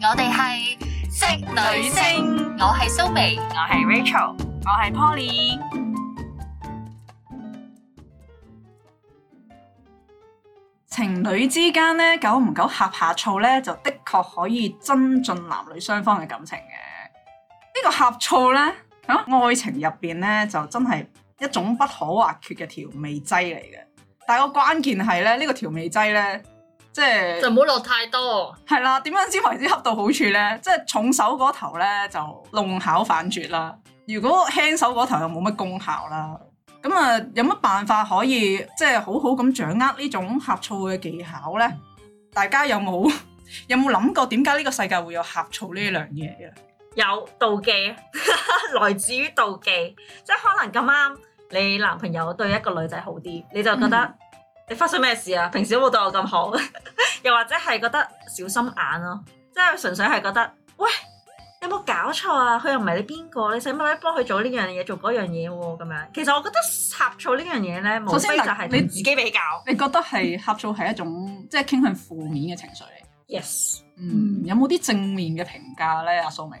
我哋係職女聲，星，我係蘇眉，我係 Rachel，我係 Poly。情侶之間咧，久唔久呷下醋咧，就的確可以增進男女雙方嘅感情嘅。呢、個呷醋咧，啊，愛情入邊咧就真係一種不可或缺嘅調味劑嚟嘅。但係個關鍵係咧，呢、個調味劑咧，即係就唔好落太多。係啦，點樣先為之恰到好處咧？即係重手嗰頭咧就弄巧反拙啦。如果輕手嗰頭又冇乜功效啦。咁啊，有乜辦法可以即係好好咁掌握呢種呷醋嘅技巧咧？大家有冇 有冇諗過點解呢個世界會有呷醋呢樣嘢嘅？有妒忌， 來自於妒忌，即係可能咁啱你男朋友對一個女仔好啲，你就覺得、嗯你發生咩事啊？平時都冇對我咁好， 又或者係覺得小心眼咯、即係純粹係覺得喂有冇搞錯啊？佢又唔係你邊個，你使乜咧幫佢做呢樣嘢做嗰樣嘢喎咁樣？其實我覺得呷醋呢樣嘢咧，無首先非就係你同自己比較。你覺得 係呷醋係一種即係傾向負面嘅情緒嚟？ Yes，嗯，有冇啲正面嘅評價咧？阿蘇明，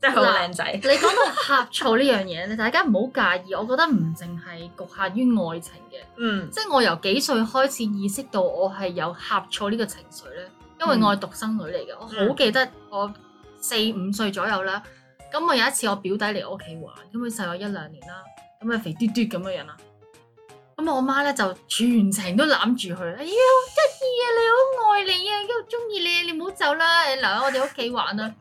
即係佢好嗱靚仔你講到呷醋呢樣嘢咧，大家唔好介意，我覺得唔淨係局限於愛情嘅，嗯。即係我由幾歲開始意識到我係有呷醋呢個情緒咧，因為嗯我係獨生女嚟嘅，我好嗯記得我四五歲左右啦。咁我有一次我表弟嚟我屋企玩，咁佢細我一兩年啦，咁佢肥嘟嘟咁樣樣啦。咁我媽咧就全程都攬住佢，哎呀好得意啊，你好愛你啊，好中意你啊，你唔好走啦，你留喺我哋屋企玩啦。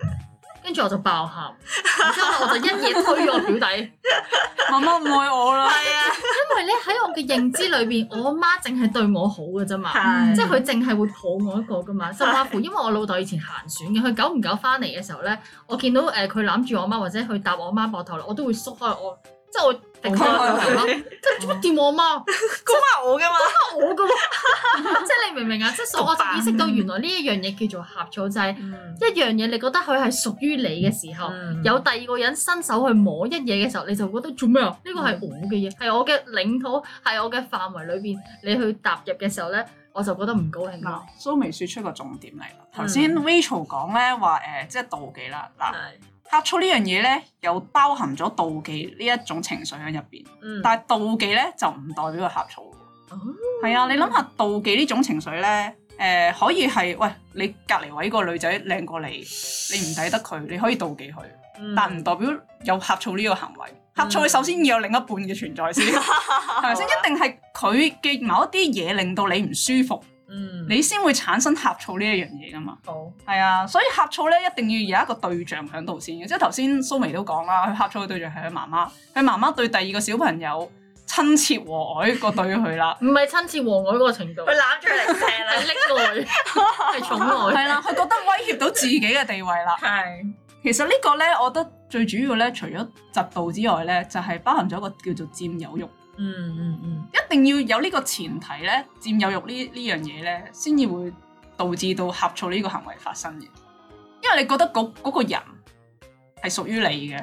跟住我就爆喊，然之後我就一嘢推我表弟。媽媽唔愛我啦。係啊，因為咧喺我嘅認知裏邊，我媽淨係對我好嘅啫嘛，係即係佢淨係會抱我一個噶嘛，甚至乎因為我老豆以前行選嘅，佢久唔久翻嚟嘅時候咧，我見到誒佢攬住我媽或者佢搭我媽膊頭啦，我都會縮開我，即係我定開個頭咯，即係唔掂我媽，嗰晚我噶嘛，我噶喎，即係你明唔明啊？即係所以我就意識到原來呢一樣嘢叫做呷醋，就係、嗯一樣嘢你覺得佢係屬於你嘅時哦候。有第二個人伸手去摸一嘢嘅時候，你就覺得做咩啊？呢個係我嘅嘢，係我嘅領土，係我嘅範圍裏邊，你去踏入嘅時候咧，我就覺得唔高興嗱嗯咯。，，蘇眉説出個重點嚟啦。頭先 Rachel 講咧話誒，即係妒忌啦。嗱，係呷醋呢樣嘢咧，又包含咗妒忌呢一種情緒喺入邊。嗯但係妒忌咧就唔代表佢呷醋哦喎。係啊，你諗下妒忌呢種情緒咧，誒、可以係喂你隔離位個女仔靚過你，你唔抵得佢，你可以妒忌佢，嗯但唔代表有呷醋呢個行為。呷醋你首先要有另一半嘅存在 先，係咪嗯先？一定係佢嘅某一啲嘢令到你唔舒服，嗯你先會產生呷醋呢一樣嘢噶嘛。好係啊，所以呷醋咧一定要有一個對象喺度先嘅，即係頭先蘇眉都講啦，佢呷醋嘅對象係佢媽媽，佢媽媽對第二個小朋友親切和藹過對佢啦唔係親切和藹嗰個程度，佢攬住嚟錫係啦，溺 愛，係寵愛。係啦，佢覺得威脅到自己嘅地位啦。 係其實呢個咧，我覺得最主要咧，除咗嫉妒之外咧，就係、包含咗一個叫做佔有欲，嗯嗯嗯一定要有呢個前提咧，佔有欲呢呢樣嘢咧，先至會導致到呷醋呢個行為發生嘅，因為你覺得嗰嗰、個人係屬於你嘅，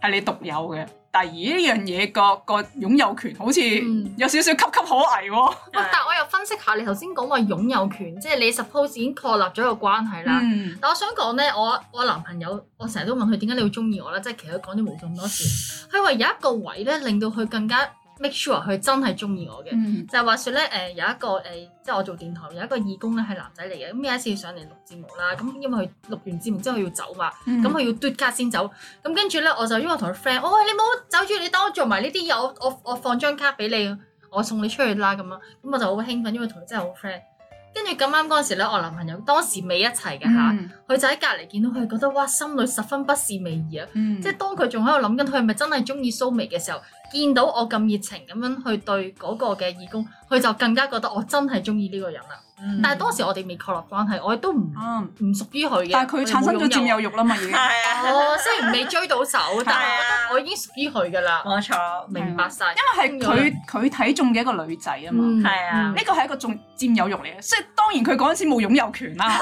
係你獨有嘅，但係而呢樣嘢個個擁有權好似嗯有少少岌岌可危喎、喂，但我又分析下你頭先講話擁有權，即係你 suppose 已經確立咗個關係啦。嗯，但我想講咧，我我男朋友，我成日都問佢點解你會中意我啦，即係其實佢講咗無數咁多嗯次，佢話有一個位咧令到佢更加 make sure 佢真係中意我嘅。嗯就係話説咧，誒、有一個誒、即係我做電台有一個義工咧係男仔嚟嘅，咁有一次上嚟錄節目啦，咁因為佢錄完節目之後佢要走嘛，嗯咁佢、要嘟卡先走，咁跟住咧我就因為我同佢 friend，我話你唔好走住，你當我做埋呢啲嘢，我我我放張卡俾你，我送你出去啦咁樣，咁我就好興奮，因為同佢真係好 friend。跟住咁啱嗰陣時咧，我男朋友當時未一齊嘅嚇，佢、嗯就喺隔離見到佢，覺得哇心裏十分不是味兒啊！嗯即係當佢仲喺度諗緊佢係咪真係中意蘇眉嘅時候，見到我咁熱情咁樣去對嗰個嘅義工，佢就更加覺得我真係中意呢個人啦。嗯但係當時我哋未確立關係，我亦都唔唔啊，屬於佢嘅。但係佢產生咗佔有欲。欲啦嘛，已經係。啊，哦，雖然未追到手，但係我覺得我已經屬於佢㗎啦。冇錯，明白晒，因為係 佢佢睇中嘅一個女仔啊嘛。嗯係啊嗯 呢個係一個仲佔有欲嚟嘅，所以當然佢嗰陣時冇擁有權啦，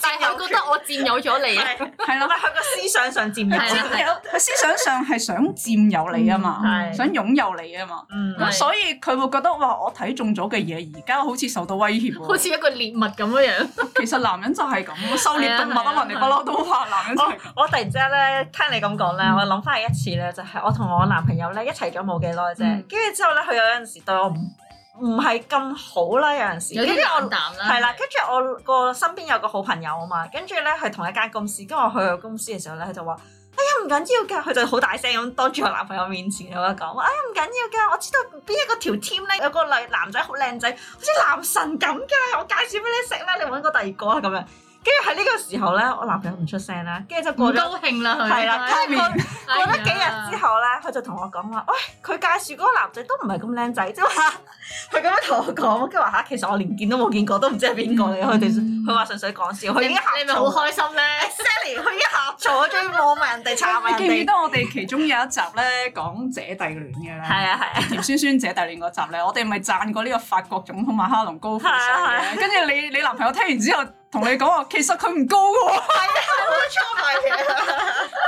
但係佢覺得我佔有咗你啊，係係咁啦，咪佢個思想上佔係有，啦佔有 佢思想上係想佔有你啊嘛，嗯係想擁有你啊嘛，嗯係咁所以佢會覺得哇，我睇中咗嘅嘢而家好似受到威脅好喎。似一個獵物咁樣樣。 其實男人就係咁，狩獵動物係啊係啊啊，人哋 哦不嬲都話男人就係咁。我突然之間咧，聽你咁講咧，我諗翻起一次咧，就係、我同我男朋友咧一齊咗冇幾耐嗯啫，跟住之後咧，佢有陣時對我唔唔係咁好啦，有陣時，有跟啲住我冷淡啦，係啦，跟住我個身邊有個好朋友啊嘛，跟住咧佢同一間公司，跟住我去佢公司嘅時候咧，佢就話：哎呀唔緊要㗎，佢就好大聲咁當住我男朋友面前咁樣講話：哎呀唔緊要㗎，我知道邊一個條 team 咧有個男男仔好靚仔，好似男神咁㗎，我介紹俾你識啦，你揾個第二個啊咁樣。跟住喺呢個時候咧，我男朋友唔出聲啦，跟住就唔過咗高興啦佢。係啦，跟住過哎過呀咗幾日之後咧，佢就同我講話，喂，佢介紹嗰個男仔都唔係咁靚仔啫嘛。 佢咁樣同我講，跟住話嚇，其實我連見都冇見過，都唔知係邊個嚟。佢哋佢話純粹講笑，佢已經你呷你咪好醋。開心 咧， Sally，佢已經呷醋，我終於冇問人哋查問你記唔記人哋。得我哋其中有一集咧講姐弟戀嘅咧？係啊係啊，甜酸酸姐弟戀嗰集咧，我哋咪讚過呢個法國總統馬克龍高富帥係嘅，跟住你你男朋友聽完之後同你講話，其實佢唔高嘅喎， 冇錯係啊，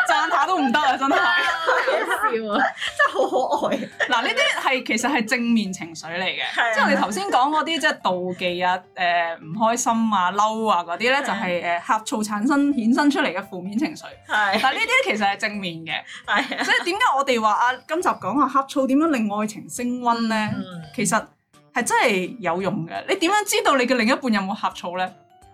讚下都唔得啊，真係。好笑啊！真係好可愛。嗱，呢啲係其實係正面情緒嚟係啊嘅，即係我哋頭先講嗰啲即係妒忌啊、誒唔開心啊、嬲啊嗰啲咧，就係誒呷醋產生衍生出嚟嘅負面情 緒。係但係呢啲其實係正面嘅，係啊，即係點解我哋話啊今集講啊呷醋點樣令愛情升温咧？嗯其實係真係有用嘅。你點樣知道你嘅另一半有冇呷醋呢？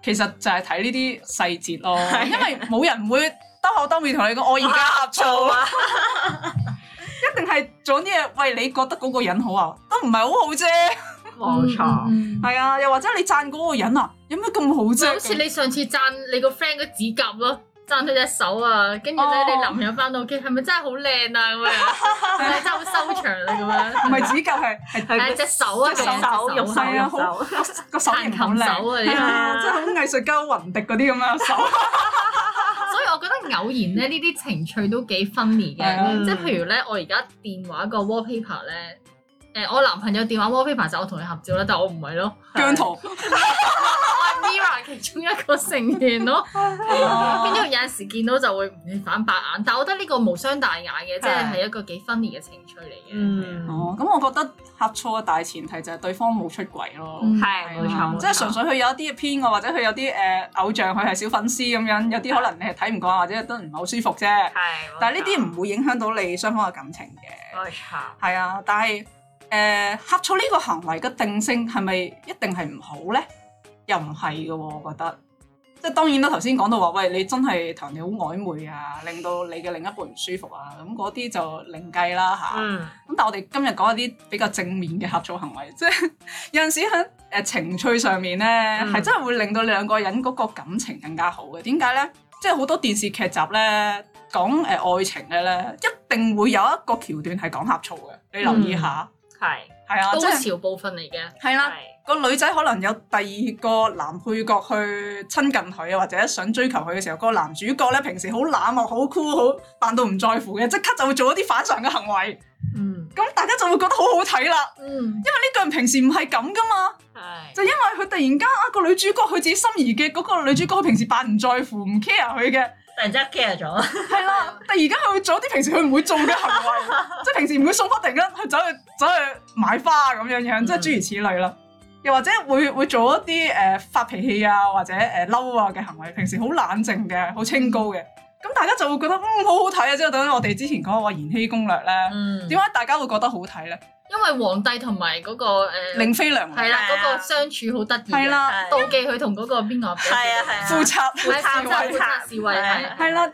其實就係睇呢啲細節咯，係因為冇人會兜口兜面同你講我而家呷 醋啊，啊，一定係做啲嘢。喂，你覺得嗰個人好啊，都唔係好好啫。冇錯。嗯嗯係啊，又或者你讚嗰個人啊，有咩咁好就好啫？似你上次讚你個 friend 個指甲咯，讚佢隻手啊，跟住咧哦你男朋友翻到屋企係咪真係好靚啊咁樣， 係咪真係好修長啊唔咁樣？係指甲係係係隻手啊，隻係啊手用手係啊用好手，個手型好彈琴手靚，啊係啊，你即係好藝術家雲迪嗰啲咁樣手。所以我覺得偶然咧呢啲情趣都幾 funny 係嘅，啊即係譬如咧，我而家電話個 wallpaper 咧，誒我男朋友電話 wallpaper 就我同佢合照啦，但我唔係咯，姜濤我係 Mira 其中一個成員咯，哦跟住有陣時見到就會唔反白眼，但我覺得呢個無傷大雅嘅，即係啊係係一個幾 funny 嘅情趣嚟嘅。嗯哦，咁我覺得呷醋嘅大前提就係對方冇出軌咯。啊嗯係冇錯，即係純粹佢有一啲偏愛，或者佢有啲誒、呃偶像，佢係小粉絲咁樣，有啲可能你係睇唔慣，或者都唔係好舒服啫。係。但係呢啲唔會影響到你雙方嘅感情嘅。冇錯。係啊，但係誒呷醋呢個行為嘅定性係咪一定係唔好咧？又唔係嘅喎，我覺得。即係當然啦，頭先講到話，喂，你真係同人哋好曖昧啊，令到你嘅另一半唔舒服啊，咁嗰啲就另計啦嚇。嗯，咁但係我哋今日講一啲比較正面嘅合作行為，即係有陣時喺誒情趣上面咧，係、真係會令到你兩個人嗰個感情更加好嘅。點解咧？即係好多電視劇集咧講誒呃愛情嘅咧，一定會有一個橋段係講呷醋嘅，你留意下。係係啊，高即係潮部分嚟嘅，係啦，係個女仔可能有第二個男配角去親近佢啊，或者想追求佢嘅時候，個男主角咧平時好冷漠、好酷、好扮到唔在乎嘅，即刻就會做一啲反常嘅行為，嗯咁大家就會覺得好好睇啦。嗯，呢個人平時唔係咁噶嘛，係就因為佢突然間啊個女主角佢自己心儀嘅嗰個女主角，佢平時扮唔在乎唔 care 佢嘅，突然之間 care 咗，係啦，突然間佢會做啲平時佢唔會做嘅行 為，即係平時唔會送花，突然間去走去走去買花咁樣樣，即係嗯諸如此類啦。又或者會會做一啲誒、呃、發脾氣啊，或者誒嬲啊嘅行為，平時好冷靜嘅，好清高嗯嘅，咁大家就會覺得嗯好好睇啊！即係等於我哋之前講話《延禧攻略》咧，嗯點解大家會覺得好睇咧？因為皇帝同埋嗰個誒令妃良係係嗯係啦，啊嗰個相處好得意係嘅，啦。係妒忌佢同嗰個邊個係啊係啊副察係負責侍衛負責侍衛係係啦，因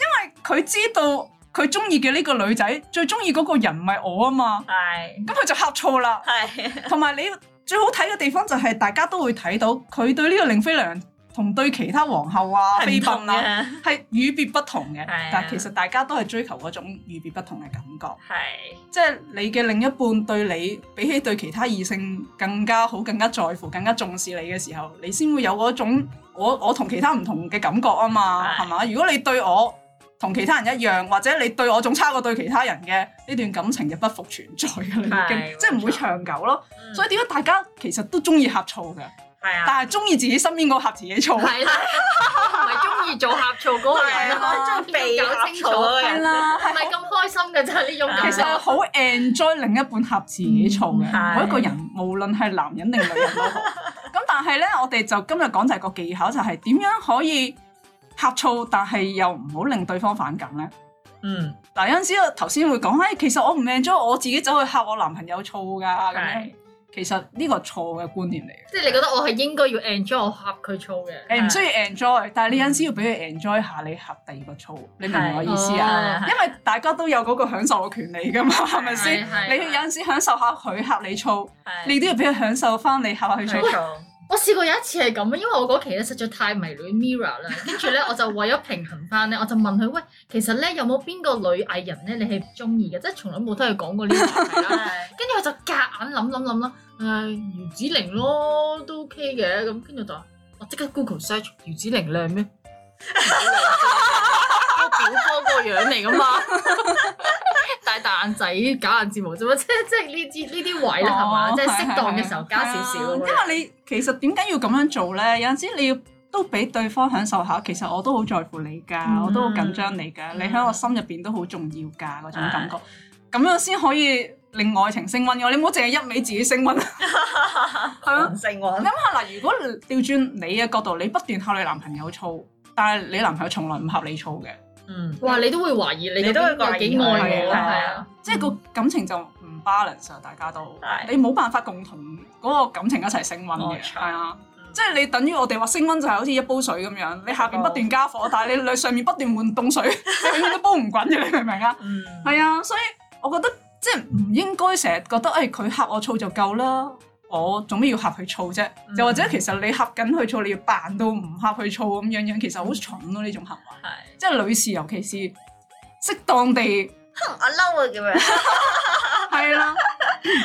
為佢知道佢中意嘅呢個女仔最中意嗰個人唔係我啊嘛，係咁佢就呷醋 啦。係同埋你最好睇嘅地方就係大家都會睇到佢對呢個令妃娘同對其他皇后啊、妃嬪啊嘅，係與別不同嘅係啊。但係其實大家都係追求嗰種與別不同嘅感覺，係即係你嘅另一半對你比起對其他異性更加好、更加在乎、更加重視你嘅時候，你先會有嗰種我我同其他唔同嘅感覺啊嘛，係係嘛？如果你對我同其他人一樣，或者你對我仲差過對其他人嘅呢段感情就不復存在㗎啦，已係經即係唔會長久咯。所以點解大家其實都中意呷醋嘅？係啊，但係中意自己身邊嗰個呷自己醋。係啦，唔係中意做呷醋嗰個人係咯，啊，中意被要搞呷清醋楚，嗰個係人。啦，唔係咁開心嘅就係呢啊種其感實覺係。好 enjoy 另一半呷自己醋嗯嘅，係每一個人無論係男人定女人都 好。咁但係咧，我哋就今日講就係個技巧，就係點樣可以呷醋，但係又唔好令對方反感咧。嗯，嗱有陣時我頭先會講，誒、其實我唔 enjoy 我自己走去呷我男朋友醋㗎咁樣係。其實呢個係錯嘅觀念嚟嘅，即係你覺得我係應該要 enjoy 我呷佢醋嘅，你唔需要 enjoy，但係你有陣時要俾佢 enjoy 下你呷第二個醋，你明唔明我意思啊？啊哦因為大家都有嗰個享受嘅權利㗎嘛，係咪先？係啊你有陣時享受下佢呷你醋，係你都要俾佢享受翻你呷佢冇醋。錯，我試過有一次係咁啊，因為我嗰期咧實在太迷戀 Mira 啦，跟住咧我就為咗平衡翻咧，我就問佢喂，其實咧有冇邊個女藝人咧你係唔中意嘅？即係從來冇聽佢講過呢個話題啦。係跟住我就夾硬諗諗諗啦，誒、姚子玲咯都 OK 嘅，咁跟住就話我即刻 Google search 姚子玲靚咩？我表哥個樣嚟噶嘛，戴大眼仔搞眼睫毛啫嘛， 即即係呢啲呢啲位啦係嘛，啊即係適當嘅時候加少少哦係啊咁樣。因為你其實點解要咁樣做咧？有陣時你要都俾對方享受下，其實我都好在乎你㗎，嗯我都好緊張你㗎，嗯你喺我心入邊都好重要㗎嗰種感覺，咁樣先可以令愛情升温嘅。你唔好淨係一味自己升温。係啊同性諗嗯喎，下嗱，如果調轉你嘅角度，你不斷呷你男朋友醋，但係你男朋友從來唔呷你醋嘅。嗯，哇！你都會懷疑你你都會究竟有幾懷疑愛我係係啊啊，即係個感情就唔 balance 啊！大家都係你冇辦法共同嗰個感情一齊升温嘅，冇錯嗯係啊！即係你等於我哋話升温就係好似一煲水咁樣，你下邊不斷加哦火，但係你上面不斷換凍水， 你永遠都煲唔滾嘅，你明唔明 啊？嗯，係啊，所以我覺得即係唔應該成日覺得誒佢呷我醋就夠啦，我做咩要呷佢醋啫？嗯又或者其實你呷緊佢醋，你要扮到唔呷佢醋咁樣樣，其實好蠢咯呢種行為，係。即係女士尤其是適當地 我嬲啊咁樣，係啦。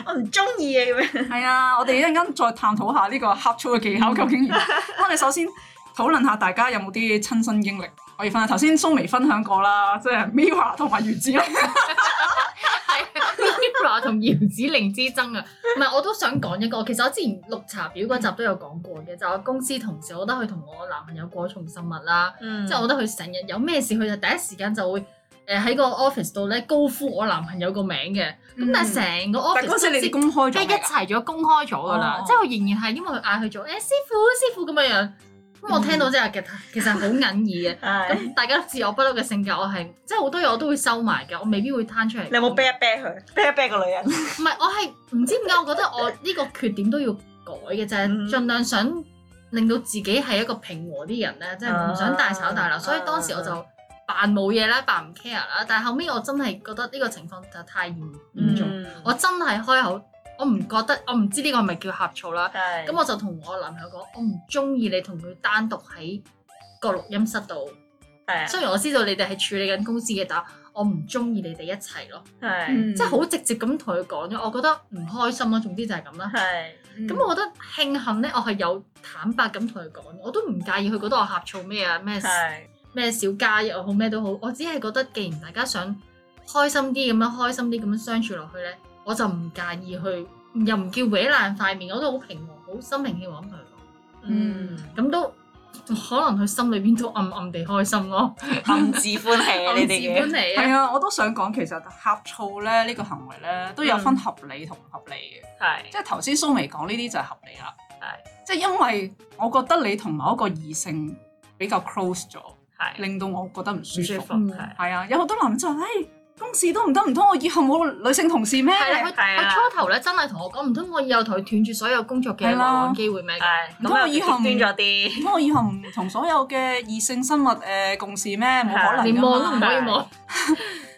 我唔中意啊咁樣。係啊，我哋一陣間再探討下呢個呷醋嘅技巧究竟如何。我哋首先討論下大家有冇啲親身經歷。我哋翻頭先蘇眉分享過啦，即係 Mira 同埋袁子玲。係 Mira 同姚子玲之爭啊！唔係，我都想講一個。其實我之前綠茶婊嗰集都有講過嘅，就我公司同事，我覺得佢同我男朋友過從甚密啦。嗯即係我覺得佢成日有咩事，佢就第一時間就會誒喺個 office 度咧高呼我男朋友個名嘅。咁但係成個嗯但 office 嗰都時你知哋公開即係咗一未啊㗎，齊咗公開咗噶啦哦，即係佢仍然係因為佢嗌佢做誒師傅師傅咁樣樣。咁我嗯聽到真係其實其實好隱意嘅。係，咁大家自我不嬲嘅性格，我係即係好多嘢我都會收埋嘅，我未必會攤出嚟。你有冇啤一啤佢？啤一啤個女人。唔係，我係唔知點解，我覺得我呢個缺點都要改嘅就係嗯盡量想令到自己係一個平和啲人咧，即係唔想大吵大鬧。啊所以當時我就扮冇嘢啦，扮唔 care 啦。但係後尾我真係覺得呢個情況就太嚴嗯嚴重，我真係開口，我唔覺得，我唔知呢個係咪叫呷醋啦。係咁我就同我男朋友講，我唔中意你同佢單獨喺個錄音室度。係啊雖然我知道你哋係處理緊公司嘅，但我唔中意你哋一齊咯。係嗯即係好直接咁同佢講咗，我覺得唔開心咯。總之就係咁啦。係咁、我覺得慶幸咧，我係有坦白咁同佢講，我都唔介意佢覺得我呷醋咩啊咩係咩小家又好咩都好，我只係覺得既然大家想開心啲咁樣開心啲咁樣相處落去咧，我就唔介意去，又唔叫搲爛塊面，我都好平和，好心平氣和咁同佢嗯講，咁都。可能佢心裏邊都暗暗地開心咯，暗自歡喜啊暗你自哋歡嘅。喜係啊！啊，我都想講其實呷醋咧呢個行為咧都有分合理同唔合理嘅。係即係頭先蘇眉講呢啲就係合理啦。係即係因為我覺得你同某一個異性比較 close 咗，係令到我覺得唔舒唔舒服。服嗯係係啊，有好多男人就話：，唉，公事都唔得，唔通我以後冇女性同事咩？係啦，佢係佢啊初頭咧真係同我講，唔通我以後同佢斷絕所有工作嘅來係啦往機會咩？係唔通我咁以又後唔端咗啲。咁我以後唔同所有嘅異性生物誒、呃共事咩？冇可能啊連㗎嘛望都唔可以望。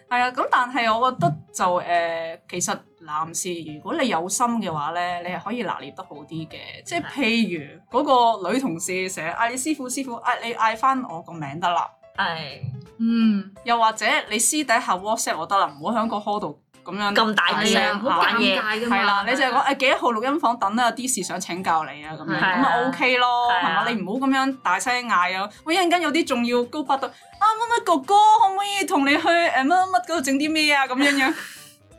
係啊，咁但係我覺得就誒、呃其實男士如果你有心嘅話咧，你係可以拿捏得好啲嘅。即係譬如嗰個女同事成日嗌你師傅師傅，嗌你嗌翻我個名得啦。係嗯，又或者你私底下 WhatsApp 我得啦，唔好喺個 call 度咁樣咁大大聲係啊，聲好嗌尷玩嘢尬噶嘛。啊係啦，你就係講誒哎幾多號錄音房等啊啦，有啲事想請教你啊，咁樣係咁啊啊 OK 咯，係係啊嘛？你唔好咁樣大聲嗌啊！喂，一陣間有啲仲要高八度啊乜乜哥哥，可唔可以同你去誒乜乜乜嗰度整啲咩啊？咁樣樣，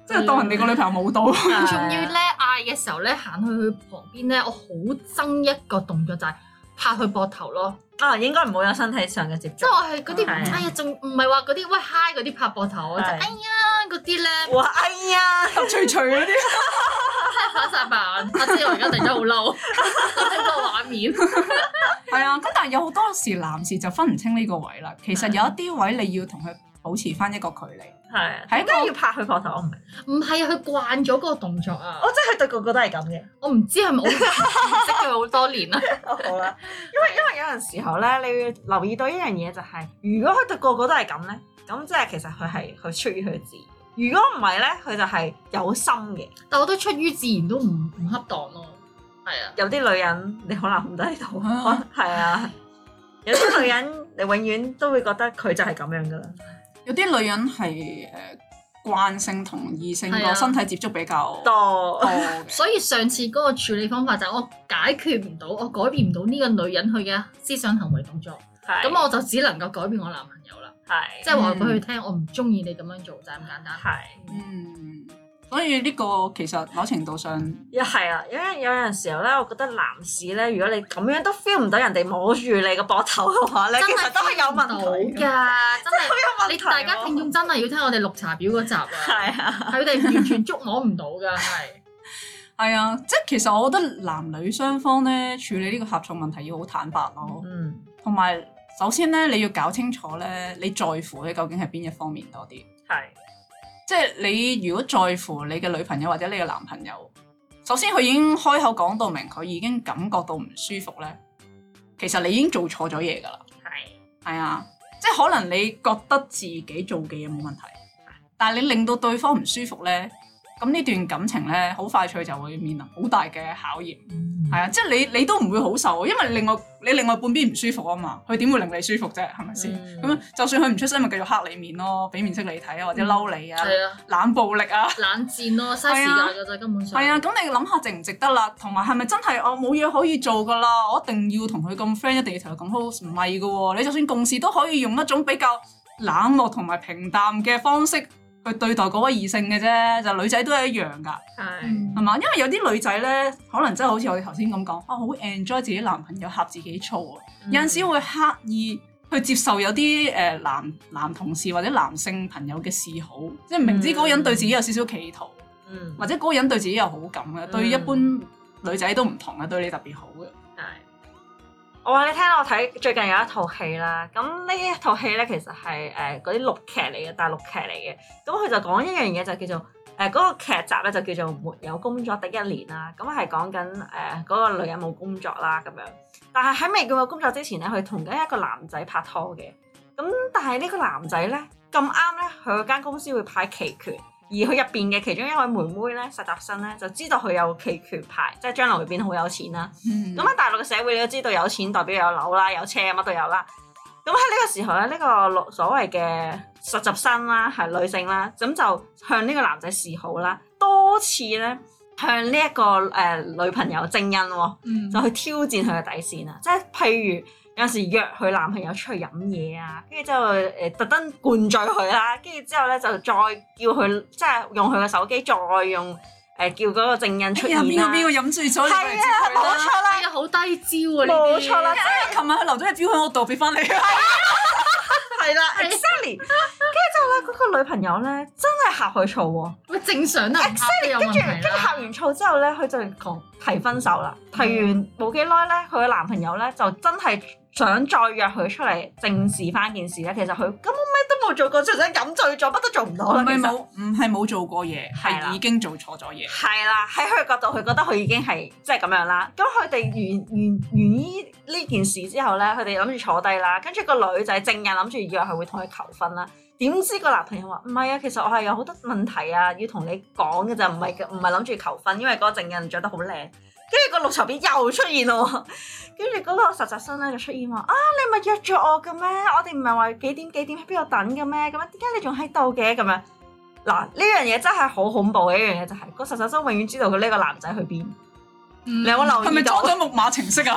即係當人哋個女朋友冇到。 我仲要咧嗌嘅時候咧，行去佢旁邊咧，我好憎一個動作就係、拍佢膊頭咯，啊，應該唔會有身體上嘅接即觸係。我係嗰啲，係哎呀，仲唔係話嗰啲喂 hi 嗰啲拍膊頭，我就係哎呀嗰啲咧哇！哎呀，脆脆嗰啲，拍晒板，我知我而家突然間好嬲，諗起個畫面，係啊，咁但係有好多時男士就分唔清呢個位啦。其實有一啲位你要同佢保持翻一個距離，係係一點解個要拍佢膊頭？我唔明。唔係啊佢慣咗嗰個動作啊我，真係對個個都係咁嘅。我唔知係咪我唔識佢好多年啊啦， 好啦，因為因為有陣時候咧，你要留意到一樣嘢就係、如果佢對個個都係咁咧，咁即係其實佢係佢出於佢自然。如果唔係咧，佢就係有心嘅。但我都出於自然都唔唔恰當咯，係啊，有啲女人你好難控制到，啊係啊。有啲女人你永遠都會覺得佢就係咁樣噶啦。有啲女人係誒慣性同異性係啊個身體接觸比較多多嘅。所以上次嗰個處理方法就係我解決唔到，我改變唔到呢個女人佢嘅思想行為動作。係嗯咁我就只能夠改變我男朋友啦，係即係話俾佢聽，我唔中意你咁樣做，就係咁簡 單。係。嗯，所以呢個其實某程度上，又係啦，因為有陣時候咧，我覺得男士咧，如果你咁樣都 feel 唔到人哋摸住你個膊頭嘅話咧，真其實都係有問到題㗎，嘅，真好有問題喎。係啊你大家聽眾真係要聽我哋綠茶婊嗰集啊，係啊，佢哋完全捉摸唔到㗎， 係係啊，即係其實我覺得男女雙方咧處理呢個合作問題要好坦白咯，嗯，同埋首先咧你要搞清楚咧你在乎咧究竟係邊一方面多啲，係即係你如果在乎你嘅女朋友或者你嘅男朋友，首先佢已經開口講到明，佢已經感覺到唔舒服咧，其實你已經做錯咗嘢㗎啦。嗯係係啊，即係可能你覺得自己做嘅嘢冇問題，但係你令到對方唔舒服咧，咁呢段感情咧好快脆就會面臨好大嘅考驗。係啊，即係你你都唔會好受，因為另外你另外半邊唔舒服啊嘛，佢點會令你舒服啫？係咪先？嗯咁、就算佢唔出聲，咪繼續黑你面咯，俾面色你睇啊，或者嬲你啊，係啊，冷暴力啊。冷戰咯，嘥時間㗎咋，根本上係啊，，咁你諗下值唔值得啦，同埋係咪真係哦我冇嘢可以做噶啦？我一定要同佢咁 friend，一定要同佢咁好，唔係噶喎。你就算共事都可以用一種比較冷漠同埋平淡嘅方式去對待嗰位異性嘅啫，就女仔都係一樣噶，係嗯係嘛？因為有啲女仔咧，可能真係好似我哋頭先咁講，啊好 enjoy 自己男朋友恰自己醋啊，有陣時會刻意。去接受有啲誒、呃男男同事或者男性朋友嘅示好，即係明知嗰個人對自己有少少企圖，嗯或者嗰個人對自己有好感嘅，嗯對一般女仔都唔同嘅，對你特別好嘅。係。我話你聽，我睇最近有一套戲啦，咁呢一套戲咧其實係誒嗰啲陸劇嚟嘅，大陸劇嚟嘅，咁佢就講一樣嘢就叫做。呃誒嗰、個劇集咧就叫做《沒有工作的一年》啦，咁係講緊呃誒嗰個女人冇工作啦啊咁樣，但係喺呃未叫有工作之前咧，佢同緊一個男仔拍拖嘅，咁但係呢個男仔咧咁啱咧，佢間公司會派期權，而佢入邊嘅其中一位妹妹咧實習生咧就知道佢有期權牌，即係將來會變好有錢啦。嗯咁喺大陸嘅社會，你都知道有錢代表有樓啦、有車乜都有啦。咁喺呢個時候咧，呢、個所謂嘅實習生啦，係女性啦，咁就向呢個男仔示好啦，多次咧向呢、一個誒、呃女朋友正恩喎、嗯就去挑戰佢嘅底線啊！即係譬如有時約佢男朋友出去飲嘢啊，跟住之後誒、呃特登灌醉佢啦，跟住之後咧就再叫佢即係用佢嘅手機再用誒、呃叫嗰個正恩出哎現呀，啦。邊個邊個飲醉咗？你過嚟係接啊，佢冇啦！錯啦係。啊，好低招啊，呢啲冇錯 啦，哎呀琴日佢留咗隻表喺我度，俾翻你啊！係啦，exactly。跟住之後咧，嗰個女朋友咧真係嚇佢醋喎，咪正常都唔恰都有問跟住跟題住嚇啦，完醋之後咧，佢就講提分手啦。提完冇幾耐咧，佢嘅男朋友咧就真係想再約佢出嚟正視翻件事咧。其實佢根本咩都冇做過，純粹飲醉咗，乜都做唔到唔啦。係其實冇，唔係冇做過嘢，係啦係已經做錯咗嘢。係啦，喺佢角度，佢覺得佢已經係即係咁樣啦。咁佢哋完完完依呢件事之後咧，佢哋諗住坐低啦，跟住個女仔正印諗住約佢會同佢求婚啦。點知個男朋友話唔係啊，其實我係有好多問題啊，要同你講嘅咋，唔係唔係諗住求婚，因為嗰個正印着得好靚。跟住個綠茶婊又出現咯，跟住嗰個實習生咧就出現話啊，你咪約咗我嘅咩？我哋唔係話幾點幾點喺邊度等嘅咩？咁樣點解你仲喺度嘅咁樣？嗱，呢樣嘢真係好恐怖嘅一樣嘢，就係、個實習生永遠知道佢呢個男仔去邊。你你有冇留嗯意係咪裝到 咗木馬程式啊？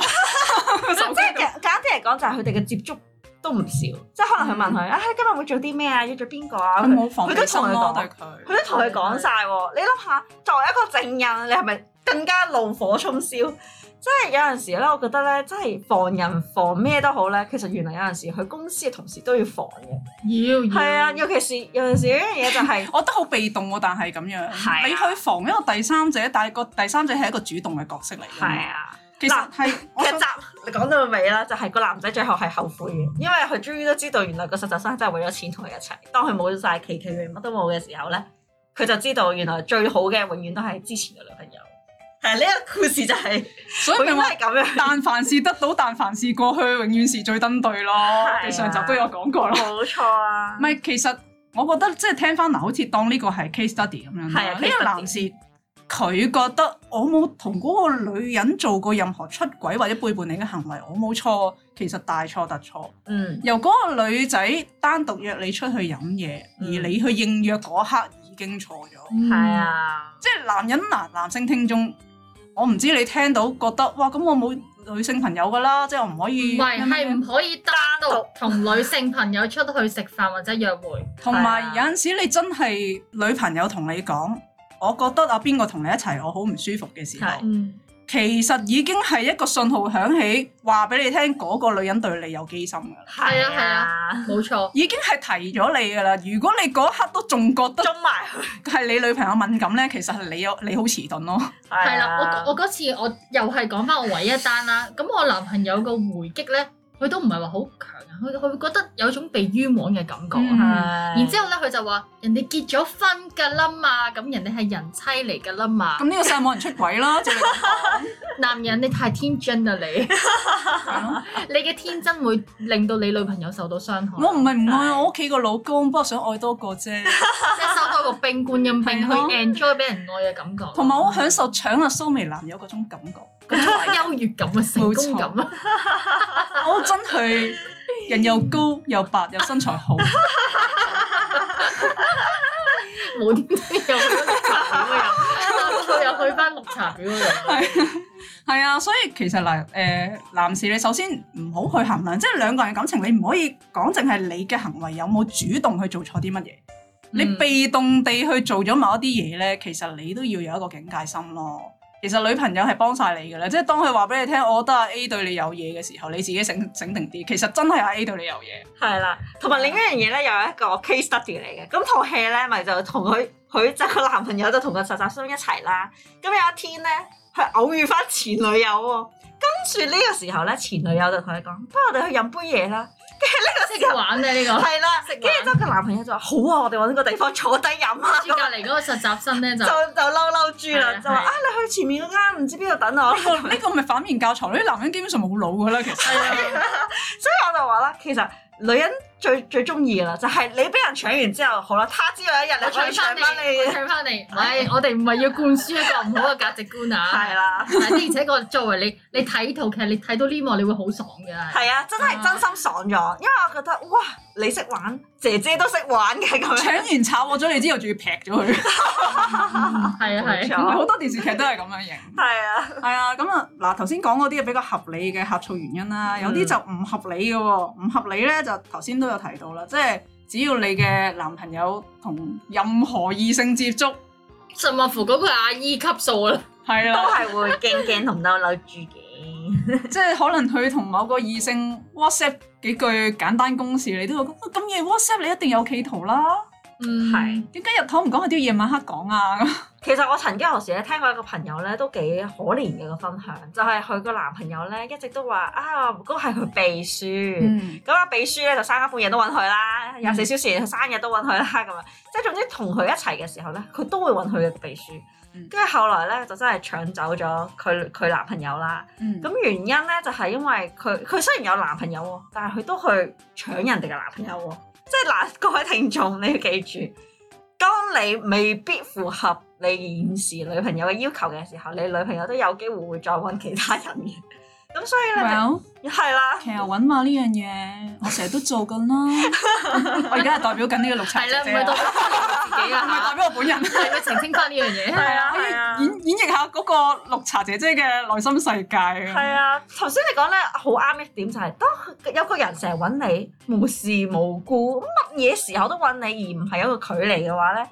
即係簡簡單啲嚟講，就係佢哋嘅接觸都都唔少，即係可能佢問佢啊，今日會做啲咩啊，要做邊個啊？嗯佢冇防佢都備心同佢咯講對佢。佢都同佢講晒喎。你諗下，作為一個證人，你係咪更加怒火衝燒？即係有陣時咧，我覺得咧，真係防人防咩都好咧，其實原來有陣時佢公司嘅同事都要防嘅。要要係啊，尤其是有陣時一樣嘢就 係、我覺得好被動喎，但係咁樣，係啊你去防一個第三者，但係個第三者係一個主動嘅角色嚟㗎嘛。係啊。其實係我劇想集你講到尾啦，就係、個男仔最後係後悔嘅，因為佢終於都知道原來個實習生真係為咗錢同佢一齊。當佢冇晒奇奇嘅乜都冇嘅時候咧，佢就知道原來最好嘅永遠都係之前嘅女朋友。係呢個故事就係、所以咪永遠都話係咁樣。但凡事得到，但凡事過去，永遠是最登對咯。啊你上集都有講過啦。冇錯啊唔，係，其實我覺得即係聽翻嗱，好似當呢個係 case study 咁樣啦。係啊呢 case 個 study 男士佢覺得我冇同嗰個女人做過任何出軌或者背叛你嘅行為，我冇錯。其實大錯特錯。嗯，由嗰個女仔單獨約你出去飲嘢，嗯而你去應約嗰刻已經錯咗。嗯係，啊，即係男人男男性聽眾，我唔知你聽到覺得哇，咁我冇女性朋友噶啦，即係我唔可唔以。係咩係啊咩唔可以單單獨獨同女性朋友出去食飯或者約會，同埋有陣時你真係女朋友同你講，我覺得啊邊個同你一齊我好唔舒服嘅時候係，嗯，其實已經係一個信號響起，話俾你聽嗰個女人對你有機心噶啦，係啊係啊，冇錯，已經係提咗你噶啦。如果你嗰一刻都仲覺得中埋佢，係你女朋友敏感咧，其實係你有你好遲鈍咯。係係啦，我我嗰次我又係講翻我唯一單啦，咁我男朋友個回擊咧，佢都唔係話好強啊，佢佢會覺得有種被冤枉嘅感覺啊。嗯然之後咧，佢就話人哋結咗婚㗎啦嘛，咁人哋係人妻嚟㗎啦嘛咁，呢個世界冇人出軌啦，即係你咁講男人你太天真啦你， 係咯你嘅天真會令到你女朋友受到傷害，我唔係唔愛我屋企個老公，不過想愛多個 啫。即係收到個冰冠 咁係冰去咯 enjoy 俾人愛嘅感覺，同埋我享受搶阿蘇眉男友嗰種感覺，嗰種優越感啊，成功感啊，我真係人又高又白又身材好，冇啲又去翻綠茶婊嗰樣，又去翻綠茶婊嗰啊樣。 係啊，所以其實嗱誒、呃男士你首先唔好去衡量，即係兩個人嘅感情，你唔可以講淨係你嘅行為有冇主動去做錯啲乜嘢。你嗯被動地去做咗某一啲嘢咧，其實你都要有一個警戒心咯。其實女朋友係幫晒你嘅啦，即係當佢話俾你聽，我覺得阿 A 對你有嘢嘅時候，你自己醒醒定啲。其實真係阿 A 對你有 嘢。係啦，同埋另一樣嘢咧，又有一個 case study 嚟嘅。咁套戲咧，咪就同佢佢就個男朋友就同個實習生一齊啦。咁有一天咧，佢偶遇翻前女友喎。跟住呢個時候咧，前女友就同佢講：不如我哋去飲杯嘢啦。識玩咧呢個，係啦，食跟住飯之後個男朋友就話：好啊，我哋揾個地方坐低飲 啊。住隔離嗰個實習生咧就就就嬲嬲豬啦，係啊就話係啊啊你去前面嗰間唔知邊度等我，呢個呢個咪反面教材，呢啲男人基本上冇腦噶啦，其實。啊 所以我就話啦，其實女人最最中意嘅啦，就係你俾人搶完之後，好啦，他知道有一日我你可以搶搶翻翻你，我你，搶翻你。唔係，我哋唔係要灌輸一個唔好嘅價值觀啊。 係啦，係的而且確作為你，你睇套劇，你睇到呢幕，你會好爽嘅。 係啊，真係真心爽咗，因為我覺得哇，你識玩，姐姐都識玩嘅咁樣，搶完炒我咗你之後，仲要劈咗佢。嗯係啊係啊。冇錯好多電視劇都係咁樣型。 係啊，係啊，咁啊嗱，頭先講嗰啲比較合理嘅呷醋原因啦，有啲就唔合理嘅喎。唔合理咧就頭先都有提到啦，即係只要你嘅男朋友同任何異性接觸，甚或乎嗰個阿姨級數啊啦，係啊都啦，係會驚驚同嬲嬲豬 嘅，即係可能佢同某個異性 WhatsApp 幾句簡單公事，你都會覺得哦咁夜 WhatsApp 你一定有企圖啦。嗯係。點解日頭唔講，係都要夜晚黑講啊？咁其實我曾經有時咧聽過一個朋友咧都幾可憐嘅個分享，就係佢個男朋友咧一直都話啊嗰個係佢秘書。嗯，咁啊，秘書咧就三更半夜都揾佢啦，廿四小時佢生日都揾佢啦，咁樣即係總之同佢一齊嘅時候咧，佢都會揾佢嘅秘書。嗯跟住後來咧就真係搶走咗佢佢男朋友啦。咁咁原因咧就係、因為佢佢雖然有男朋友喎，但係佢都去搶人哋嘅男朋友喎。即係嗱，各位聽眾你要記住，當你未必符合你現時女朋友嘅要求嘅時候，你女朋友都有機會會再揾其他人嘅。咁所以咧， Well，係啦，其實揾嘛呢樣嘢，我成日都做緊啦。 我而家係代表緊呢個綠茶係姐啦，姐唔係代表啊，自唔係己代啊，表我本人。係要澄清翻呢樣嘢。係啊，可以係啊。演演繹下嗰個綠茶姐姐嘅內心世界係啊！啊，頭先你講咧好啱一點就係、當有個人成日揾你無事無故，乜嘢時候都揾你，而唔係有個距離嘅話咧，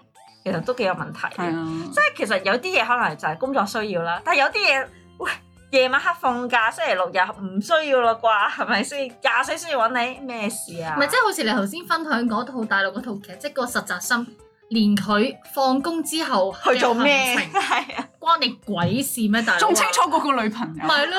其實都幾有問題嘅。係啊，即係其實有啲嘢可能就係工作需要啦，但係有啲嘢，喂，夜晚黑放假，星期六日唔需要啦啩，係咪先？廿四先要揾你，咩事啊？唔係即係好似你頭先分享嗰套大陸嗰套劇，即係個實習生，連佢放工之後去做咩？嘅行 程係啊，關你鬼事咩？大佬仲清楚過個女朋友。咪咯？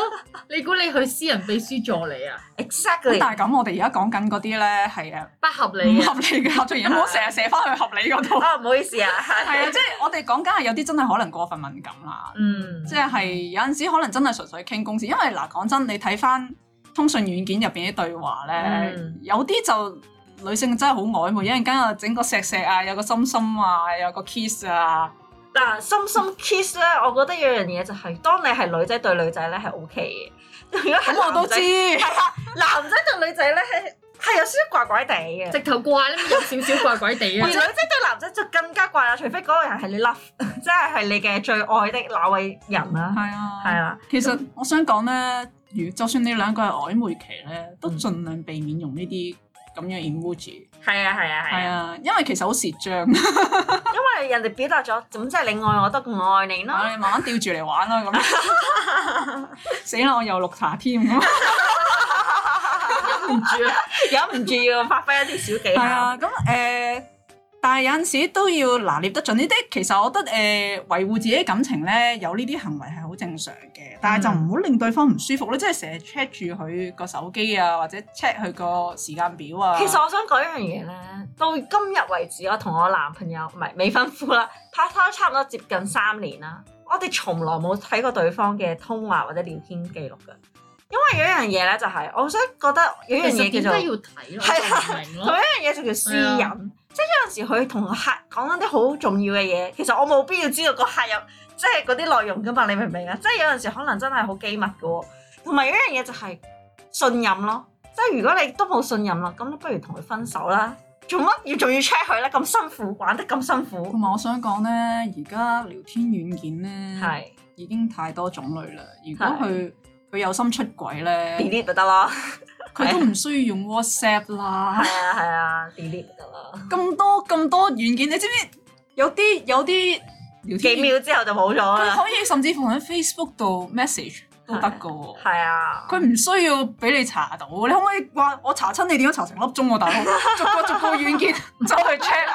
你估你去私人秘書助理啊？咁 exactly。但係咁，我哋而家講緊嗰啲咧係誒不合唔理合嘅，理嘅合作，而唔好成日寫翻去合理嗰度。啊，唔好意思啊，係係啊，即係我哋講緊係有啲真係可能過分敏感啦，嗯，即係有陣時可能真係純粹傾公事，因為嗱講真，你睇翻通訊軟件入邊啲對話咧，嗯有啲就女性真係好曖昧，一陣間又整個錫錫啊，有個心心啊，有個 kiss 啊，嗱，深深 kiss 咧，我覺得有樣嘢就係、當你係女仔對女仔咧係 OK 嘅， 如果係咁我都男仔知，男仔對女仔咧係係有少少怪怪地嘅，直頭怪咧有少少怪怪地而啊女！仔對男仔就更加怪啦，除非嗰個人係你 love，即 係係你嘅最愛的那位人啦，係啊，係啦，其實我想講咧，如就算你兩個係曖昧期咧，都盡量避免用呢啲咁樣 emoji。係啊，係啊，係係啊，啊，因為其實好蝕章， 因為人哋表達咗，咁即係你愛我得過愛你我咯，哋慢慢吊住嚟玩啦咁。死啦！我又綠茶 添咁。忍唔住啊！ 忍唔住要發揮一啲小技係巧，啊，咁誒、呃但係有陣時都要拿捏得準呢啲。其實我覺得誒、呃，維護自己感情咧，有呢啲行為係好正常嘅，但係就唔好令對方唔舒服咧，即係成日 check 住佢個手機啊，或者 check 佢個時間表啊。其實我想講一樣嘢咧，到今日為止，我同我男朋友唔係未婚夫啦，拍拖差唔多接近三年啦，我哋從來冇睇過對方嘅通話或者聊天記錄㗎，因為有一樣嘢咧就係、我想覺得有一樣其實嘢點叫做解。要睇咯？我就唔明同埋咯。一樣嘢就叫私隱，係啊即係有陣時佢同個客講緊啲好重要嘅嘢，其實我冇必要知道個客有即係嗰啲內容噶嘛，你明唔明啊？即係有陣時可能真係好機密嘅喎，同埋有一樣嘢就係信任咯，即係如果你都冇信任啦，咁你不如同佢分手啦，做乜要仲要 check 佢咧？咁辛苦，玩得咁辛苦同，埋我想講咧，而家聊天軟件咧係已經太多種類啦。如果係佢佢有心出軌咧， delete 就得咯，佢都唔需要用 WhatsApp 啦。係啊係啊，delete 就得啦，咁多咁多軟件，你知唔知有啲有啲聊天幾秒之後就冇咗佢啦，可以甚至乎喺 Facebook 度 message 都得㗎喎。係啊，佢唔需要俾你查到，你可唔可以話我查親你點樣查成粒鐘喎，大 佬？逐個逐個軟件走去 check，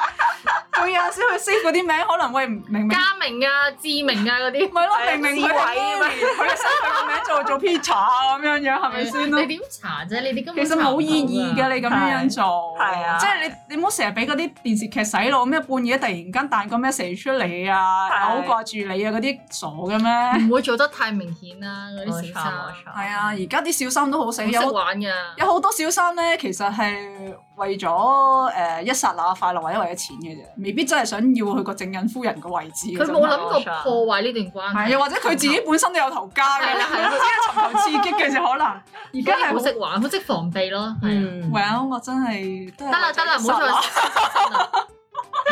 佢有陣時佢 save 嗰啲名，可能喂唔明明。嘉明啊、志明啊嗰啲唔，係咯，係啊明明佢係思維啊嘛 Mary，佢寫佢個名做做 Peter 咁樣樣，係咪先咯你？點查啫？啊你哋根其本實冇意義查唔到嘅，你咁樣樣做，係啊即係你你唔好成日俾嗰啲電視劇洗腦，咩半夜突然間彈個 message 出嚟啊，係嗯我好掛住你啊嗰啲傻嘅㗎咩？唔會做得太明顯啦。嗰冇錯冇啲小三錯，係啊，而家啲小三都好死，好識有玩㗎。有好多小三咧，其實係為咗誒、呃一剎那快樂或者為咗錢嘅啫，未必真係想要佢個正印夫人個位置嘅啫。佢冇諗過破壞呢段關係，係啊，或者佢自己本身都有頭家嘅，係啦係 啦即係尋求刺激嘅就可能。而而家家係係好好識玩，好識防備咯。係啊嗯， ，well，我真係都係得啦得啦，唔好再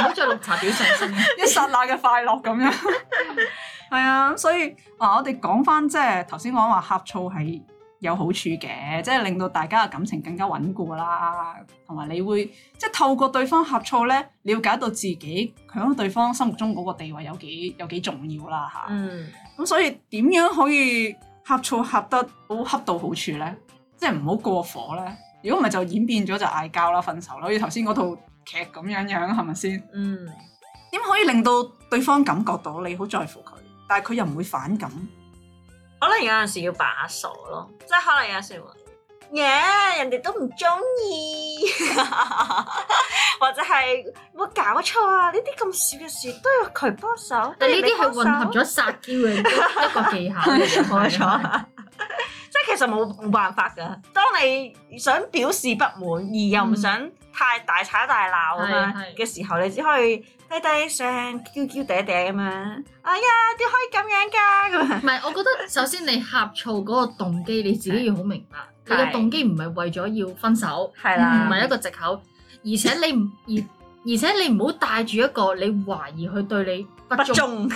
唔好再綠茶婊上 身啦。 一剎那嘅快樂咁樣。 係啊，咁所以啊，我哋講翻即係頭先講話呷醋係有好處嘅，即係令到大家嘅感情更加穩固啦，同埋你會即係透過對方呷醋咧，了解到自己喺對方心目中嗰個地位有幾有幾重要啦嚇。嗯，咁所以點樣可以呷醋呷得好恰到好處咧？即係唔好過火咧。如果唔係就演變咗就嗌交啦、分手啦，好似頭先嗰套劇咁樣樣，係咪先？嗯，點可以令到對方感覺到你好在乎佢，但係佢又唔會反 感？可能有陣時要把傻咯，即係可能有陣時話，耶、人哋都唔中意， 或者係冇搞錯啊！呢啲咁少嘅事都要佢幫手，但係呢啲係都要你幫手 混合咗撒嬌嘅一個技巧嚟嘅， 冇錯，即係其實實冇冇辦法㗎。當你想表示不滿，而又唔想太大吵大鬧咁樣嗯係係嘅時候，你只可以低低聲、嬌嬌嗲嗲咁樣。哎呀，點可以咁樣㗎？咁樣唔係，我覺得首先你呷醋嗰個動機你自己要好明白，你個係動機唔係為咗要分手，係嗯啦，唔係一個藉口，而且你唔而而且你唔好帶住一個你懷疑佢對你不不忠忠。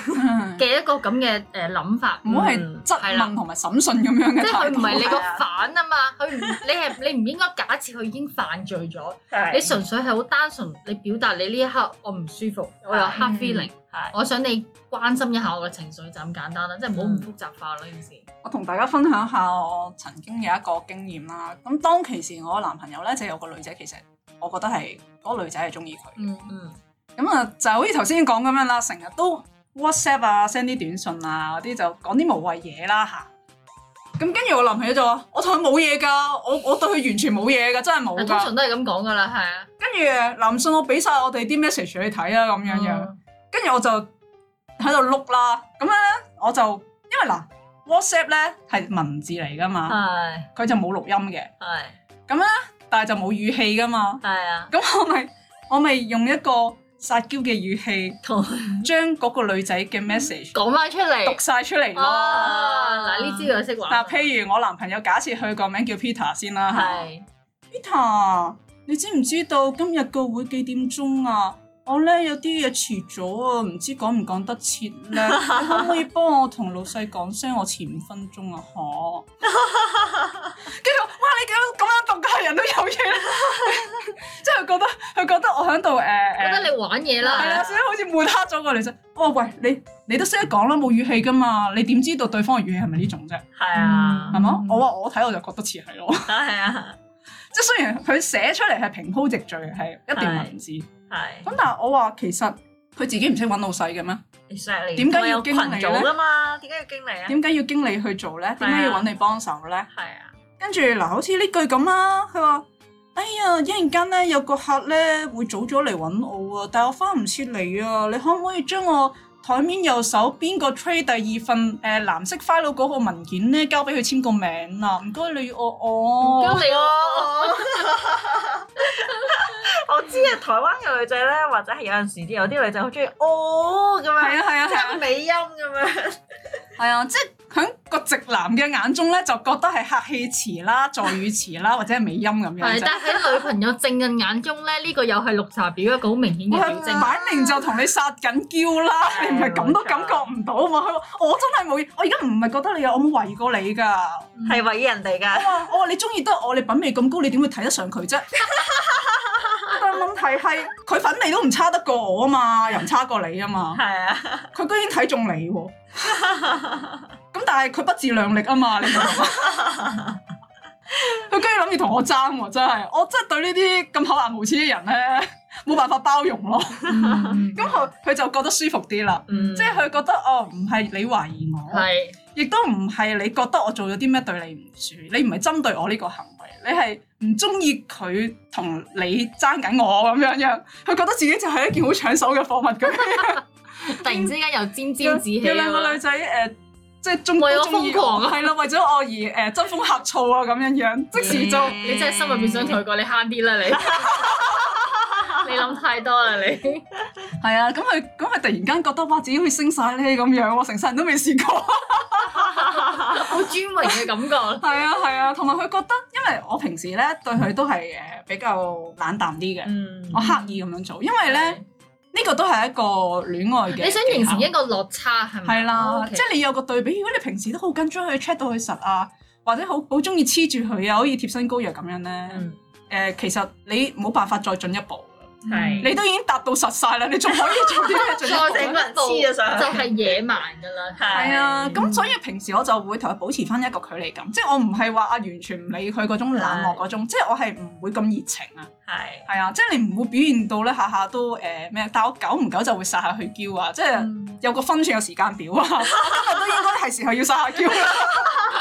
嘅一個咁嘅誒諗法，唔好係嗯質係啦問同埋審訊咁樣嘅即係佢態唔度。係你個係啊反啊嘛，佢唔你係你唔應該假設佢已經犯罪咗，你係純粹係好單純，你表達你呢一刻我唔舒服，我有係 hard feeling，係我想你關心一下我嘅情緒就咁簡單啦，嗯即係唔好咁複雜化咯呢件事。 我同大家分享下我曾經有一個經驗啦。咁當其時我男朋友咧就有個女仔，其實我覺得係嗰個女仔係中意佢。嗯嗯咁啊，就好似頭先講咁樣啦，成日都 WhatsApp 啊，send 啲短信啊，嗰啲就講啲無謂嘢啦吓，咁跟住我男朋友就話：我同佢冇嘢㗎，我我對佢完全冇嘢㗎，真係冇啊但通㗎。常都係咁講噶啦，係啊，跟住嗱，唔信我俾晒我哋啲 message 你睇啊，咁樣樣。嗯跟住我就喺度碌啦，咁樣咧我就因為嗱 WhatsApp 咧係文字嚟㗎嗯啊嘛，係佢就冇錄音嘅，係但係就冇語氣㗎嘛。係啊，咁我咪我咪用一個撒嬌嘅語氣。同將嗰個女仔嘅 message 講翻出讀嚟。晒出嚟咯。哦，嗱呢招就識玩啦。嗱，譬如我男朋友假設佢個名叫 Peter 先啦係，Peter，你知唔知道今日個會幾點鐘啊？我咧有啲嘢遲咗啊，唔知趕唔趕得切 咧？你可唔可以幫我同老細講聲我遲五分鐘啊？嗬，跟住我哇，你咁咁樣讀嘅人都有嘢 啦，即係佢覺得佢覺得我喺度誒誒。覺得你玩嘢係啊啦 啦，，所以好似抹黑咗個女仔。哦，喂，你你都識得講啦，冇語氣噶嘛，你點知道對方嘅語氣係咪呢種啫？係啊係嘛嗯？我話我睇我就覺得似係咯， 係啊即係雖然佢寫出嚟係平鋪直敍，係一段文字，咁係但係我話其實佢自己唔識揾老細嘅咩？ ，exactly。點解要有經群理組噶嘛？點解要經理啊？點解要經理去做咧？點解要揾你幫手咧？係啊，跟住嗱，好似呢句咁啦，佢話：哎呀，一陣間咧有個客咧會早咗嚟揾我啊，但係我翻唔切嚟啊，你可唔可以將我台面右手邊個 tray 第二份誒、呃、藍色 file 嗰個文件咧交俾佢簽個名啊？唔該你我咁我。你我哦 我知啊，台灣嘅女仔咧，或者係有陣時啲有啲女仔好中意哦咁係樣，啊係啊即係係啊美音咁樣，係啊，即係喺個直男嘅眼中咧，就覺得係客氣詞啦、助語詞啦，或者係美音咁樣係，啫。但係喺女朋友正嘅眼中咧，呢個又係綠茶婊一個好明顯嘅表佢徵。擺明就同你撒緊嬌啦，係你唔係咁都感覺唔到啊嘛！佢話我真係冇嘢，我而家唔係覺得你有，我冇懷疑過你㗎。嗯係為人哋我㗎。話我話你中意得我，你品味咁高，你點會睇得上佢啫？但問題係佢品味都唔差得過我啊嘛，又唔差過你啊嘛，係啊，佢居然睇中你喎。咁但係佢不自量力啊嘛，你明唔明啊佢居然諗住同我爭喎，真係，我真係對呢啲咁厚顏無恥嘅人咧，冇辦法包容咯。嗯咁佢佢就覺得舒服啲啦，嗯即係佢覺得哦，唔係你懷疑我，嗯係亦都唔係你覺得我做咗啲咩對你唔住，你唔係針對我呢個行為，你係唔中意佢同你爭緊我咁樣樣，佢覺得自己就係一件好搶手嘅貨物咁樣，突然之間又沾有沾自喜有兩個啦女。仔誒。呃即係中為我中意瘋狂啊係啦，為咗我而誒、呃、爭風呷醋啊咁樣樣，即時就嗯你真係心入邊想同佢講，你慳 啲啦你。你諗太多啦你，係啊，咁佢咁佢突然間覺得哇自己好似升晒咧咁樣喎，成世人都未試過。好專榮嘅感覺。係啊係啊，同埋佢覺得，因為我平時咧對佢都係誒比較冷淡啲嘅，嗯我刻意咁樣做，因為咧呢個都係一個戀愛嘅技巧。你想形成一個落差係咪？哦係啦， OK 即係你有個對比。如果你平時都好緊張去 check 到佢實啊，或者好好中意黐住佢啊，好似貼身膏藥咁樣咧，嗯誒其實你冇辦法再進一步。係嗯你都已經達到實晒啦，你仲可以做啲咩進一 再步咧？整個人啊黐咗上去就係野蠻 㗎啦。係係啊，咁所以平時我就會同佢保持翻一個距離感，即係我唔係話啊完全唔理佢嗰種冷漠嗰種，即係我係唔會咁熱情啊，係係啊，即係你唔會表現到咧下下都誒呃咩、啊但我久唔久就會撒下佢嬌啊，即係嗯有個分寸有時間表啊， 我今日都應該係時候要撒下嬌啊啦，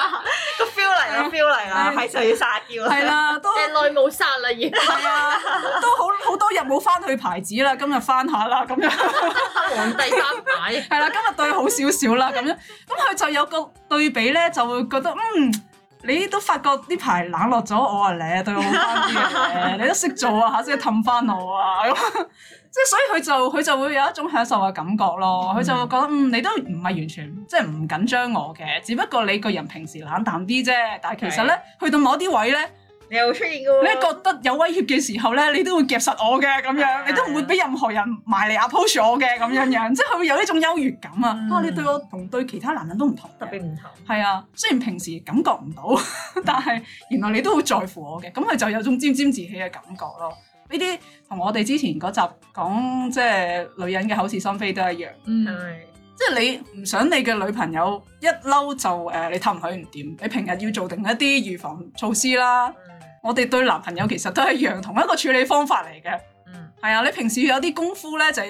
個 feel 嚟啦，feel 嚟啦，係啊係就要撒嬌啊啦。係啦， 都誒耐冇殺啦已經，係啊，都好好多日冇翻去牌子啦，今日翻下啦咁樣。皇帝 三擺。係啦，今日對好少少啦，咁樣，咁佢就有個對比咧，就會覺得嗯，你都發覺呢排冷落咗我啊，你對我好翻啲嘅，你都識做啊，下次氹翻我啊，咁 即係所以佢就佢就會有一種享受嘅感覺咯，佢就會覺得嗯你都唔係完全即係唔緊張我嘅，只不過你個人平時冷淡啲啫，但係其實咧去到某啲位咧，你又會出現嘅喎。你覺得有威脅嘅時候咧，你都會夾實我嘅咁啊樣，你都唔會俾任何人埋嚟 approach 我嘅咁樣 樣，即係佢會有呢種優越感啊！嗯啊，你對我同對其他男人都唔同嘅，特別唔同。係啊，雖然平時感覺唔到， 但係原來你都好在乎我嘅，咁佢就有種沾沾自喜嘅感覺咯。呢啲同我哋之前嗰集講即係女人嘅口是心非都一樣，嗯，係。即係你唔想你嘅女朋友一嬲就誒、呃你氹佢唔掂，你平日要做定一啲預防措施啦。嗯我哋對男朋友其實都係一樣，同一個處理方法嚟嘅。嗯係啊，你平時要有啲功夫咧，就要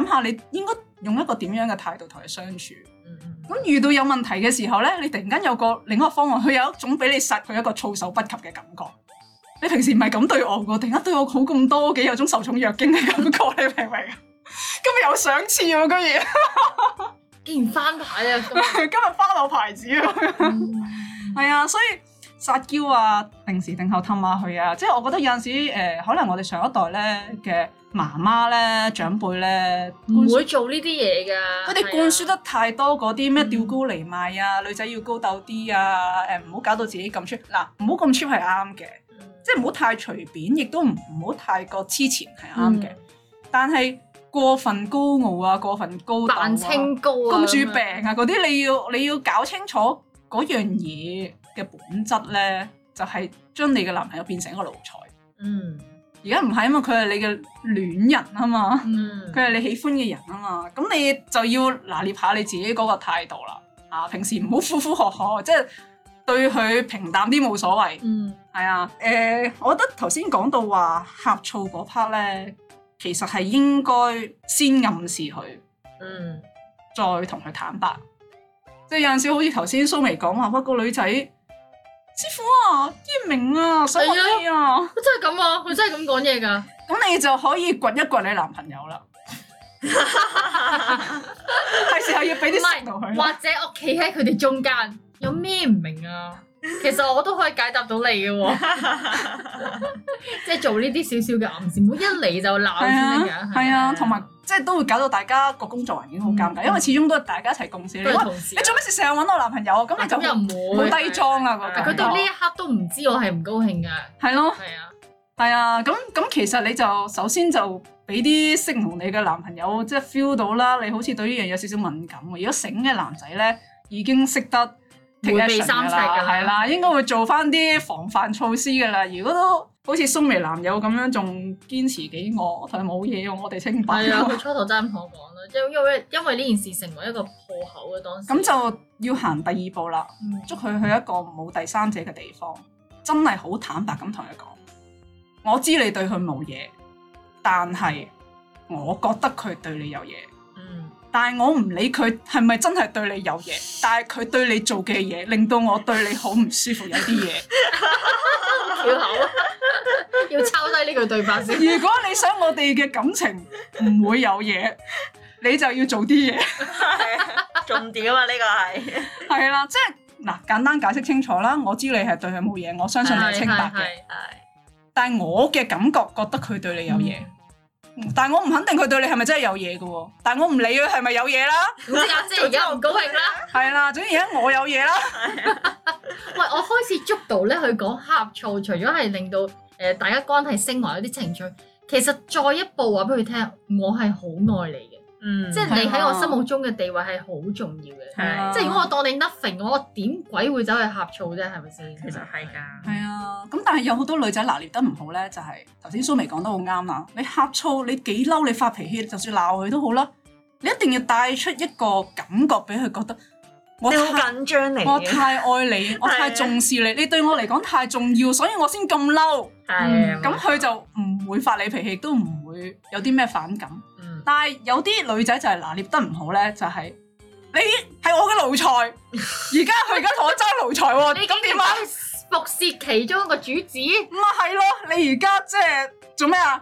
諗下你應該用一個點樣嘅態度同佢相處。嗯嗯咁遇到有問題嘅時候咧，你突然間有個另一個方案，佢有一種俾你殺佢一個措手不及嘅感覺。你平時唔係咁對我嘅，突然間對我好咁多嘅，有種受寵若驚嘅感覺，你明唔明啊？今日有賞賜喎，居然 既然翻牌啊，咁今日花柳牌子啊！係啊，所以撒嬌啊，定時定候氹下佢啊，即係我覺得有陣時誒、呃可能我哋上一代咧嘅媽媽咧、長輩咧，灌唔輸會啊做呢啲嘢㗎。佢哋灌輸得太多嗰啲咩吊高嚟賣啊，女仔要高竇啲啊，誒唔好搞到自己咁 cheap，嗱唔好咁 cheap 係啱嘅，啊即係唔好太隨便，亦都唔唔好太過黐纏係啱嗯嘅，但係過分高傲啊，過分高竇啊扮清高啊，公主病啊嗰啲，你要你要搞清楚嗰樣嘢嘅本質咧，就係、將你嘅男朋友變成一個奴才。嗯而家唔係啊嘛，佢係你嘅戀人啊嘛，嗯佢係你喜歡嘅人啊嘛，咁你就要拿捏下你自己嗰個態度啦。啊，平時唔好呼呼喝喝，即係對佢平淡啲冇所謂。嗯。係啊，誒、我覺得頭先講到話呷醋嗰 part 咧，其實係應該先暗示佢。嗯再同佢坦白。即係有陣時，好似頭先蘇眉講話，喂個女仔，師傅啊，英明啊，想學你啊，佢真係咁啊！佢真係咁講 嘢㗎。咁你就可以掘一掘你男朋友 啦。係時候要俾啲唔係 signal 佢啦。或者我企喺佢哋中間，有咩唔明啊？其實我都可以解答到你 嘅喎、即係做呢啲少少嘅暗示，唔好一嚟就鬧先係得啊㗎。，係啊，同埋即係都會搞到大家個工作環境好尷尬，嗯因為始終都係大家一齊共事。你都係喂同事啊你。做咩事成日揾我男朋友？啊咁你就咁又唔好會低裝啦係啊個佢感覺到呢一刻都唔知我係唔高興㗎，係咯。係啊，係啊，咁咁其實你就首先就俾啲 signal 你嘅男朋友，即係 feel 到啦，你好似對呢樣嘢有少少敏感喎。如果醒嘅男仔咧，已經識得 take 迴避 action 三㗎尺啦㗎，啦係啦，應該會做翻啲防範措施㗎啦。如果都好似蘇眉男友咁樣，仲堅持幾我，同佢冇嘢喎，我哋清 白。係啊，佢初頭真係咁同我講啦，因因為因為呢件事成為一個破口嘅當時。 咁就要行第二步啦，嗯捉佢去一個冇第三者嘅地方，真係好坦白咁同佢講，我知你對佢冇嘢，但係我覺得佢對你有嘢，嗯但係我唔理佢係咪真係對你有 嘢，但係佢對你做嘅嘢令到我對你好唔舒服，有啲 嘢。翹口，要抄低呢句對白先。如果你想我哋嘅感情唔會有嘢，你就要做啲嘢。重點啊！呢個 係係啦，即係嗱，簡單解釋清楚啦。我知你係對佢冇嘢，我相信你係清白嘅。係係但係我嘅感覺覺得佢對你有嘢，但係我唔肯定佢對你係咪真係有嘢嘅喎。但係我唔理佢係咪有嘢啦，係係總之阿姐而家唔高興啦。係啦，總之而家我有嘢啦，喂，我開始捉到咧，佢講呷醋，除咗係令到誒、呃大家關係升華有啲情趣，其實再一步話俾佢聽，我係好愛你嘅，嗯即係你喺我心目中嘅地位係好重要嘅。係即係如果我當你 nothing，我點鬼會走去呷醋啫？係咪先？其實係㗎。係啊。咁但係有好多女仔拿捏得唔好咧，就係頭先蘇眉講得好啱啦。你呷醋，你幾嬲，你發脾氣，就算鬧佢都好啦，你一定要帶出一個感覺俾佢覺得我你好太緊張嚟我嘅，太愛你，我太重視你，你對我嚟講太重要，所以我先咁嬲。嗯咁佢就唔會發你脾氣，都唔會有啲咩反感。嗯但係有啲女仔就係拿捏得唔好咧，就係、你係我嘅奴才，而家佢而家同我爭奴才 喎，你咁點啊？？服侍其中一個主子，咁啊係咯，你而家即係做咩啊？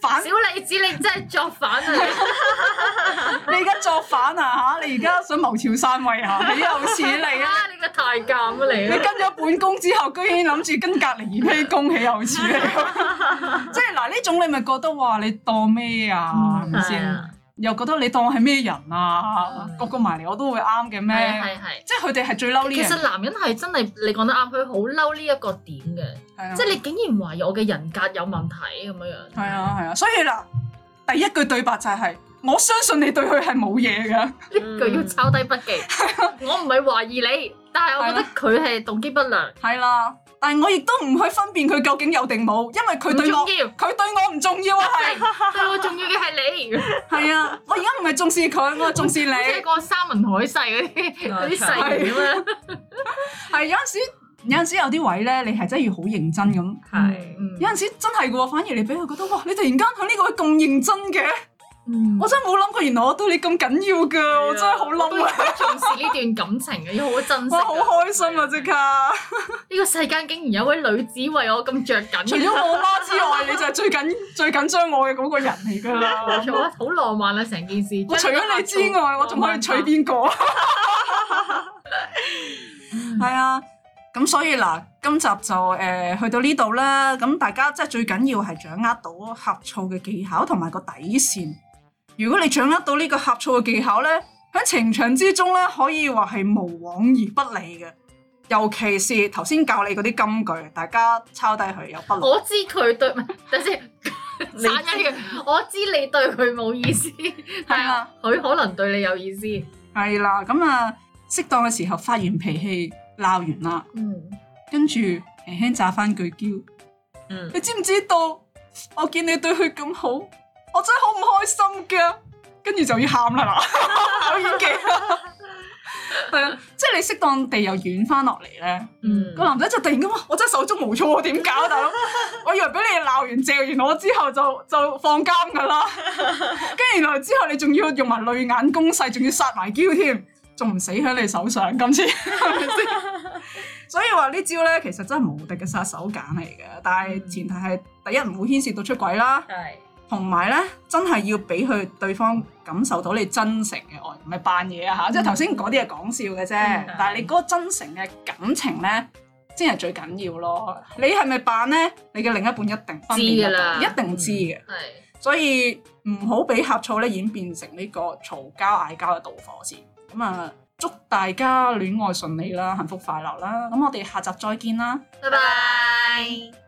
反小李子你真係作反啊！你而家作反啊嚇！你而家想謀朝篡位啊！你又似你啊！ 啊，你個太監啊你你！跟咗本宮之後，居然諗住跟隔離二妃宮，豈有此理！啊 即係嗱，呢種你咪覺得哇，你當咩啊？係嗯咪先？啊又覺得你當我係咩人啊嗯？個個埋嚟我都會啱嘅係咩？係係。啊即係佢哋係最嬲呢其樣實嘢，男人係真係你講得啱，佢好嬲呢一個點嘅，係啊即係你竟然懷疑我嘅人格有問題咁樣樣。係啊係啊，所以嗱，第一句對白就係我相信你對佢係冇嘢嘅。呢句要抄低筆記。 我唔係懷疑你，但係我覺得佢係動機不良，嗯係啊啦，但係我亦都唔去分辨佢究竟有定冇，因為佢唔對我重要。佢對我唔重 要啊，係對我重要嘅係你，好係啊，我而家唔係重視佢，我係重視你，似係個三文海世嗰 啲嗰啲世咁樣。係有陣時有陣時有啲位咧，你係真係要好認真咁。係嗯有陣時真係嘅喎，反而你俾佢覺得哇！你突然間喺呢個位咁認真嘅，嗯 我真係冇諗過，原來我對你咁緊要㗎，我真係好我都嬲要啊！好重視呢段感情嘅，要好珍惜哇，啊。好開心啊！即刻，呢個世間竟然有位女子為我咁着緊，除咗我媽之外，你就係最緊最緊張我嘅嗰個人嚟㗎冇啦。錯，好浪漫啊！成件事，我除咗你之外，我仲可以娶邊個？ 係啊，咁所以嗱，今集就誒、呃去到呢度啦。咁大家即係最緊要係掌握到呷醋嘅技巧同埋個底線。如果你掌握到呢個呷醋嘅技巧咧，喺情場之中咧，可以話係無往而不利嘅。尤其是頭先教你嗰啲金句，大家抄低佢有不利。我知佢對，唔係等先。你散一句，我知你對佢冇意思，但係啊佢可能對你有意思。係啦，咁啊，適當嘅時候發完脾氣，鬧完啦。嗯，跟住輕輕炸翻句嬌。嗯你知唔知道？我見你對佢咁好，我真係好唔開心噶。跟住就要喊啦嗱，有演技啦。係啊，即係你適當地又軟翻落嚟咧，嗯個男仔就突然間哇，我真係手足無措，點搞啊大 佬？我以為俾你鬧完、謝完我之後就就放監噶啦，跟住原來之後你仲要用埋淚眼攻勢，仲要殺埋嬌添，仲唔死喺你手上今次？ 所以話呢招咧，其實真係無敵嘅殺手鐧嚟嘅，但係前提係第一唔會牽涉到出軌啦，嗯係同埋咧真係要俾佢對方感受到你真誠嘅愛，唔係扮嘢啊嚇！即係頭先嗰啲係講笑嘅啫嗯，但係你嗰個真誠嘅感情咧，先係最緊要咯。你係咪扮咧？你嘅另一半一定分辨得到知㗎啦一定知嘅，係。所以唔好俾呷醋咧演變成呢個嘈交嗌交嘅導火線。咁啊，祝大家戀愛順利啦，幸福快樂啦！咁我哋下集再見啦。拜拜拜。拜。